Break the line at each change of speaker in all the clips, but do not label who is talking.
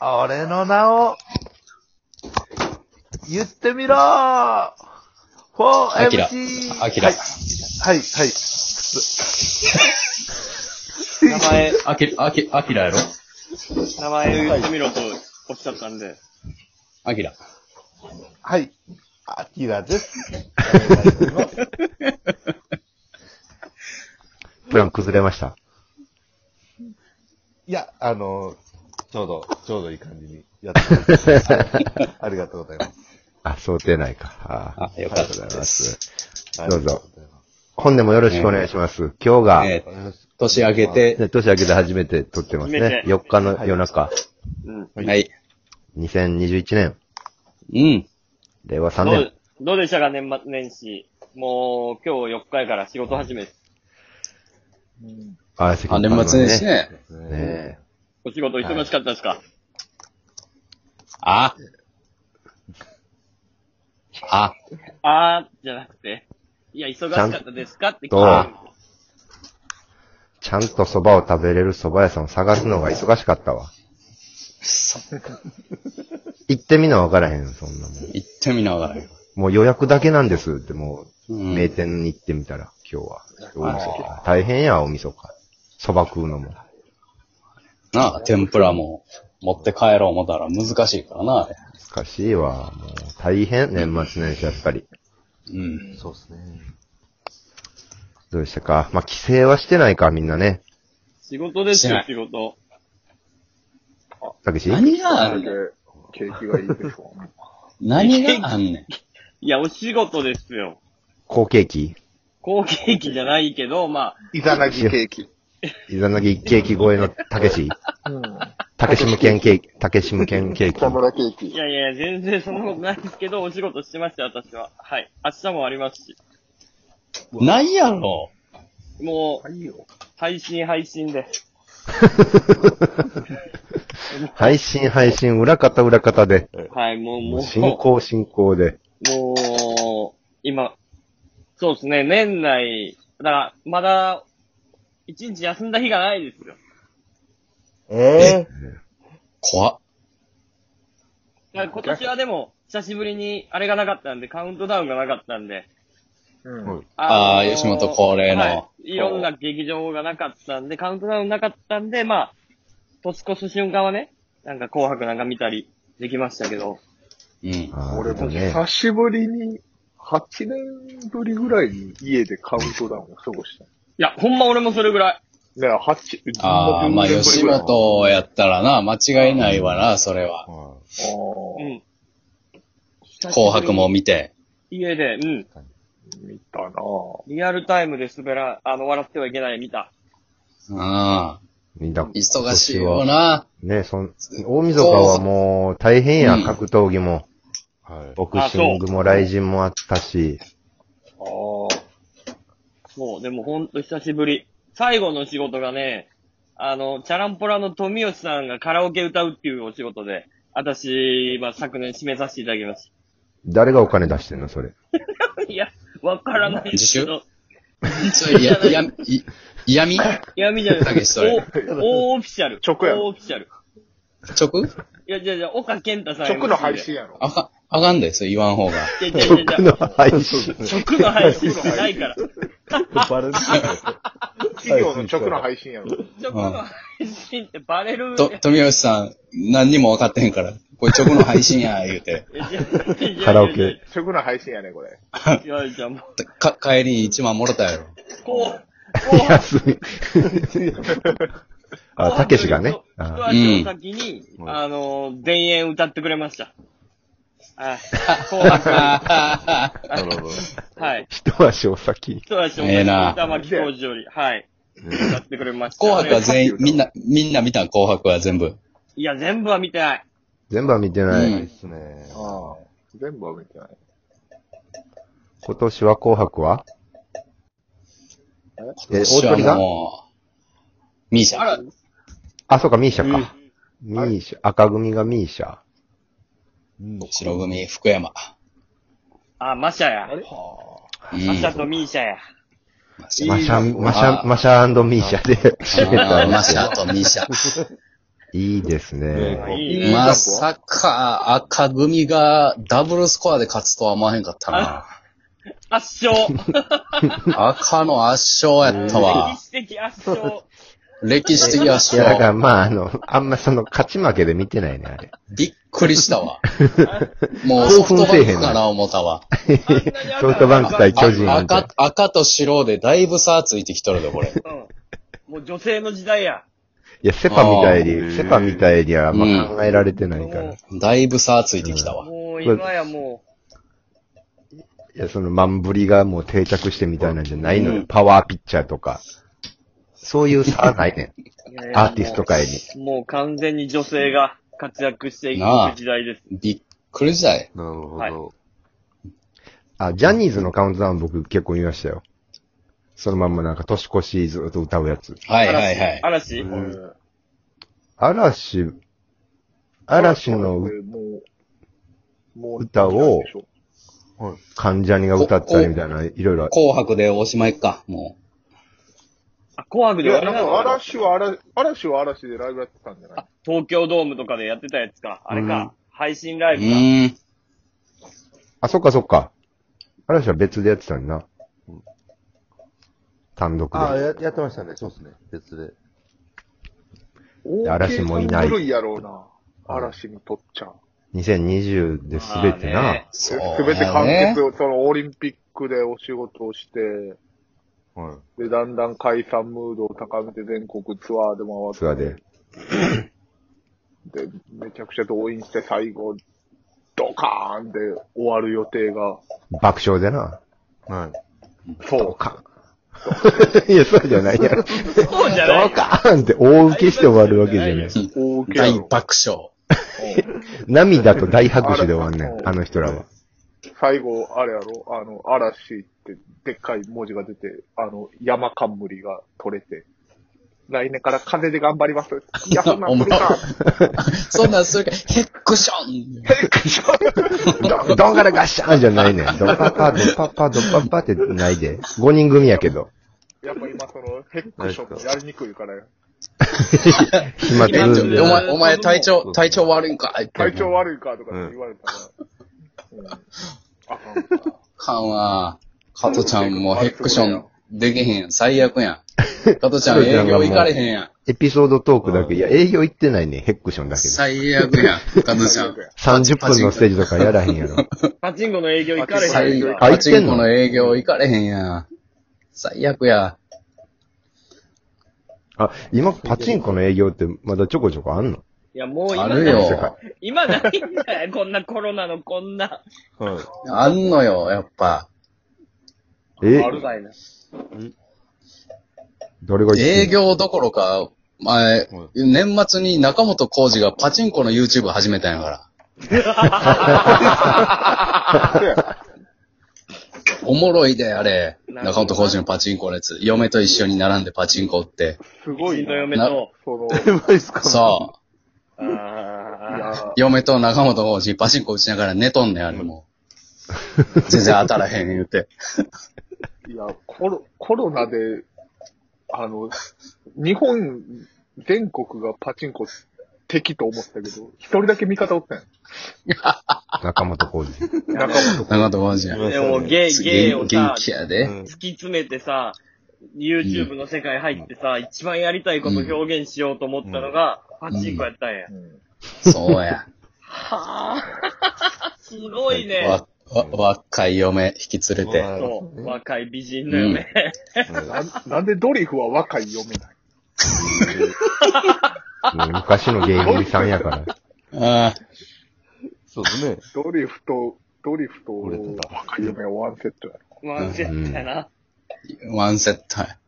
俺の名を、言ってみろー !4MC!
アキラ。アキラ
はい、。はい、はい。
名前、
アキラ、アキアキラやろ
名前を言ってみろとおっしゃったんで。
ア キラ。
はい。アキラです。お願い します
プラン崩れました。
いや、あの、ちょうど、ちょうどいい感じにやってくれてはいありがとうございます。
あ、想定内か。あ
あよ
あり
か
が
っ
とう
た
ござい
で
ます
す。。
あ
ど
り
うぞ
がとございま
本年もよろしくお願いします。今日が、
えー
す。
年明けて、
ね年明けで初めて撮ってま
初
す
め
ね。
て
4日の夜中、
うん。
は
はいい。
2021年、
うん。
令和3
ど
年
う。、どうでしたか、年末年始。もう、今日4日やから仕事始めです。
あ、関
あ、
君
年末年始
ね。
ね。
ね
お仕事忙しかったですか、
あ。あ。
あー、じゃなくて。いや、忙しかったですかって聞いて
どう
る。
ちゃんと蕎麦を食べれる蕎麦屋さんを探すのが忙しかったわ。行ってみな分からへん、そんなもん。
行ってみながらよ。
もう予約だけなんですって、も
う
う、名
ん。
店に行ってみたら、今日は。大晦日。大変や、大晦日。蕎麦食うのも。
なあ、天ぷらも持って帰ろう思ったら難しいからな。
難しいわ。もう、大変、年末年始、やっぱり。
うん。
そうですね。
どうでしたかまあ、帰省はしてないか、みんなね。
仕事です
して
よ
な、い
仕事。
たけし
何があ
なん
んね
で
ん。、
景気がいいでしょう。
何があんねん。
いや、お仕事ですよ。
好景気
好景気じゃないけど、まあ、
イザナギ景気。
イザナギ一景気超えのたけし
うん。
たけし無限景気たけし無限景気
北村景
い
気。
やいや、全然そんなことないですけど、お仕事してました、私は。はい。明日もありますし。
ないやろ。
もう、
いいよ。
配信配信で。
配信配信、裏方裏方で。
はい、もう、も
も
う
う、進行進行で。
もう、今、そうですね、年内、だから、まだ、一日休んだ日がないですよ。
え
怖っ。
だから今年はでも、久しぶりに、あれがなかったんで、カウントダウンがなかったんで。
うん。
あ
の
ー
ー
吉本恒例の
はい。いろんな劇場がなかったんで、カウントダウンなかったんで、まあ、年越す瞬間はね、なんか紅白なんか見たりできましたけど。
うん。
あ
俺
ーで
も
もね。
久しぶりに、8年ぶりぐらいに家でカウントダウンを過ごした。
いや、ほんま俺もそれぐらい。
ね、8、
ああ、まあ、
10年ぶり
吉
ぐらい
本やったらな、間違いないわな、それは。
ー
う
あ
ん。
紅白も見て。
家で、うん。
あ、見たなぁ。
リアルタイムで滑ら、あの、笑ってはいけない見た。
うん。
みんな、
忙しいよな。
ね、そん、大晦日はもう大変
うん
や、格闘技も、
はい。
ボクシングも、雷神もあったし、
ああ、
そう、でもほんと久しぶり。最後の仕事がね、あの、チャランポラの富吉さんがカラオケ歌うっていうお仕事で、私は昨年締めさせていただきまし
誰がお金出してんの、それ。
た。 いや、わからないですけど。
そういう、や、や、い嫌味
闇じゃない
たけ
で
し
す
それ
か。お、オーフィシャル。
直や
オーオフィシャル。
直
いや、じゃじゃ岡健太さん。
直の配。信やろ。
あか、あかんで、それ言わん方が。
いや、じゃじゃじゃ
配信。
直の配信じゃないから。
バレる。
企業の直の配信やろ。
直の配信ってバレる。
と、富吉さん、何にも分かってへんから、これ直の配信や、 言うて。
いやいやいや
カラオケ。
直の配信やね、これ。
いやいや、もう、
か、帰りに1万もろたやろ。
こう、
休み。あ、たけしがね。
一
あ
足お先に、あの、田園歌ってくれました。 はい。紅白、
なるほど。
はい。
一足お先に。
一足お
ええ
先に
な
歌巻工事より、はい。歌ってくれました。
紅白は全員
う、ん
みんな、みんな見たん、紅白は全部。
いや、全部は見てない。
全部は見てな
う
い。
ん
ですね。
ああ、全部は見てない。
今年は紅白はえ、大
私
鳥
は
が
もう、ミーシャ。
あ、そうか、ミーシャか。ミーシャ、赤組がミーシャ。
うん。
白組、福山。
あ、マシャや。
うん
マシャとミーシャや。
マシャ
マシャ、マシ
あ
ャ、マシャミーシャで締めた
あー
んで
マ
す
シ
よ。
ャとミーシャ。
いいですね。
いいね
まさか赤組がダブルスコアで勝つとは思わへんかったな。
圧勝。
赤の圧勝やった
歴
わ。
史的圧 勝。
歴史的圧
いや、だから
勝。
まあ、あの、あんまその勝ち負けで見てないね、あれ。
びっくりしたわ。もうソフトバンクかな思ったわ。
あんなに赤が
ソフトバンク対
あ
巨人みたい
赤、赤と白でだいぶ差ついてきとるで、これ。
うんもう女性の時代や。
いや、セパみたい
あー
に、セパみたいにはあんま考えられてないから。
うん
い
だいぶ差ついてきたわ。
もう今やも
や、そのマンブリがもう定着してみたいなんじゃないのよ。
うん
パワーピッチャーとか。そういう差はないね
ういやい
ん。
や。
アーティスト界に。
もう。もう完全に女性が活躍していく
なあ
時代です。
びっくりしたい。
なるほど。
はい
あ、ジャニーズのカウントダウン僕結構見ましたよ。そのまんまなんか年越しずっと歌うやつ。
はいはいはい。
嵐。
うん
うん
嵐、嵐の
もう、もう
歌を関ジャニが歌ったりみたいな、いろいろ。
紅白でおしまいか、も
あ、紅白
い
で
や、
終わ
なん
りなの
か
かな
嵐は嵐、嵐は嵐でライブやってたんじゃない
東京ドームとかでやってたやつか。あれか。配信ラ
う。
イ
う
ブ
ーん。
か。
あ、そっかそっか。嵐は別でやってたんだな。単独
ああ
で。
や、やってましたね。そうですね。別で。
嵐もいない
古いやろうな。嵐にとっちゃう。
2020で全て
まあ
な
ね。
そう、
すべて完
ね
結を、そのオリンピックでお仕事をして、
はい。
で、だんだん解散ムードを高めて全国ツアーで
ツアー
回って、
で。
で、めちゃくちゃ動員して最後、ドカーンで終わる予定が、
爆笑でな。
はい。
そう。
か。いや、そうじゃないやろ。
そうじゃない。
かーんって大受けして終わるわけじゃない。
大受けや
大
ろ
爆笑。
うん
涙と大拍手で終わんねん、あの人らは。
最後、あれやろ、あの、嵐ってでっかい文字が出て、あの、山冠が取れて、来年から風で頑張ります。いや、そんなんするか。
そんなんするか、ヘックション
ど、どんからガッシャーンじゃないねん。ドパパ、ドパパ、ドパパってないで。5人組やけど。
やっぱ今、その、ヘックションやりにくいから、
暇つぶ
う
し
ん
お前、お前体調、体調悪いんかい
体調悪いかとかって言われたら、うん。あかんか。
かんわ。加トちゃんもヘックションできへん。最悪やん。加トちゃん営業行かれへんやん。
エピソードトークだけ。いや、営業行ってないねん、ヘックションだけで。
最悪やん。加トちゃん。
30分のステージとかやらへんやろ。
パチンコの営業行かれへん
最
の
悪。
か。
あ行
パ
って
チ
ん
ン
の
コの営業行かれへんやん。最悪や。
あ、今、パチンコの営業ってまだちょこちょこあんの
いや、もう
あ
今
る
ない、
よ。
今ないんだよ。こんなコロナのこんな。
はい。
あんのよ、やっぱ。
え
あるかいな。
どれが一位
営業どころか、前、年末に中本浩二がパチンコの YouTube 始めたんやから。おもろいで、あれ。
なる
中
ほど
本浩二のパチンコのやつ。嫁と一緒に並んでパチンコ打って。
すごい
の嫁
な、
と。
その、
マジっすか
そ
あー
いや
う。、嫁と中本浩二パチンコ打ちながら寝とんねん、あれもう。全然当たらへん言うて。
いや、コロ、コロナで、あの、日本全国がパチンコ敵と思ってたけど、一人だけ味方おったんや。
中本 浩二。
中本
中本浩二や。
でも、ゲイ、ゲイを
元
さ、
気や
う
で。
ん
突き詰めてさ、YouTube の世界入ってさ、一番やりたいこと表現しようと思ったのが、パチンコやったんや。
うん。
そうや。
はぁ、すごいね。
わ、わ若い嫁引き連れて。
そう、若い美人の嫁。
ななんでドリフは若い読めない
うん昔の芸人さんやから。
ああ、
そうですね。
ドリフと、ドリフと
俺とだ
若い嫁はワンセットやろ。
ワンセットやな。
ワンセットや。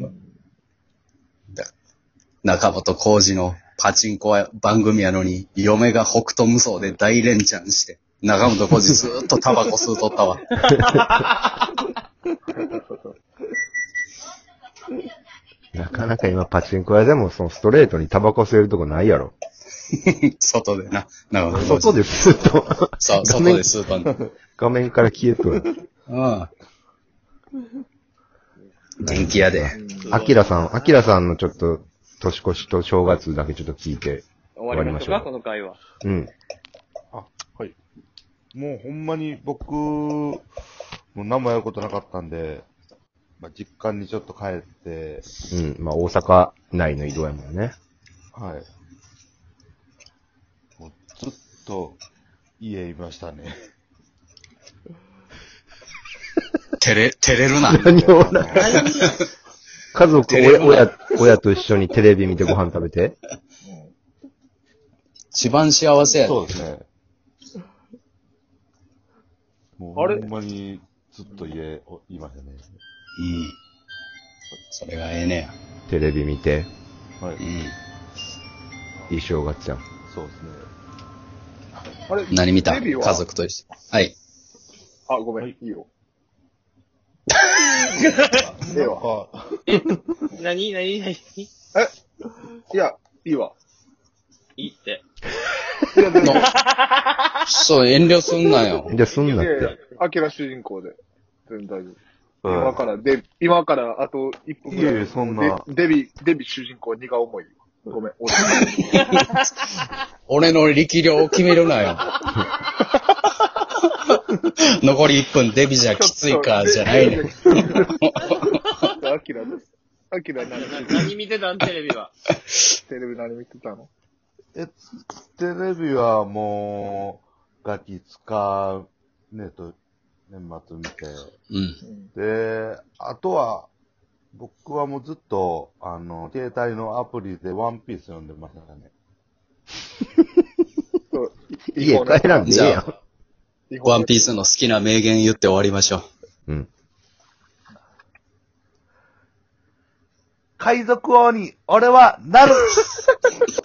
うん
中本浩二のパチンコは番組やのに、嫁が北斗無双で大連チャンして、中本浩二ずーっとタバコ吸うとったわ。
なかなか今、パチンコ屋でもそのストレートにタバコ吸えるとこないやろ。
外でな。中本浩
外
二。
で吸うと、
そう、
画
外
面
で吸うとんねん
画面から消えとる。
うん。元気やで。
アキラさん、アキラさんのちょっと、年越しと正月だけちょっと聞いて。
終わりましょう
終
か、
わりましょう
この回は。
うん。
もうほんまに僕、もう何もやることなかったんで、まあ、実家にちょっと帰って、
うん。まあ、大阪内の移動やもんね。
はい。もうずっと家いましたね。
照れ、照れるな。
何を、家族、親、親、親と一緒にテレビ見てご飯食べて。
一番幸せやで。
そうですね。もうほ
あれ
んまにずっと家おいましたね。
うん。それがええねや。
テレビ見て。
はい。
うん。
いい正月やん。
そうですね。
あれ
何見た
デビ
家
ューは
族と一緒。はい。
あ、ごめん、
はいい、
い よ。ええわ。
あ、
何何何い
いや、いいわ。
いって。
いや、でも、
そう、遠慮すんなよ。
じゃあ、すん
い
なっ
やいや
て。、
アキラ主人公で。全然大丈夫。今
は
から、で、今からあと1分
い
ぐらい。
やいやそんな
でデビ、デビ主人公荷が重い。ご めん、俺。
俺の力量を決めるなよ。残り1分、デビじゃきついか、じゃないねん。
アキラです。アキラ何
な何見てたんテレビは。
テレビ何見てたの
い。え、テレビはもう、ガキ使う、ね、と、年末見て。
うん。
うん。
で、あとは、僕はもうずっと、あの、携帯のアプリでワンピース読んでましたね。
そう
家帰らんでええ
じ
や
ゃ
ん。
ワンピー
ス。
スの好きな名言言って終わりましょう。
うん。
海賊王に俺はなる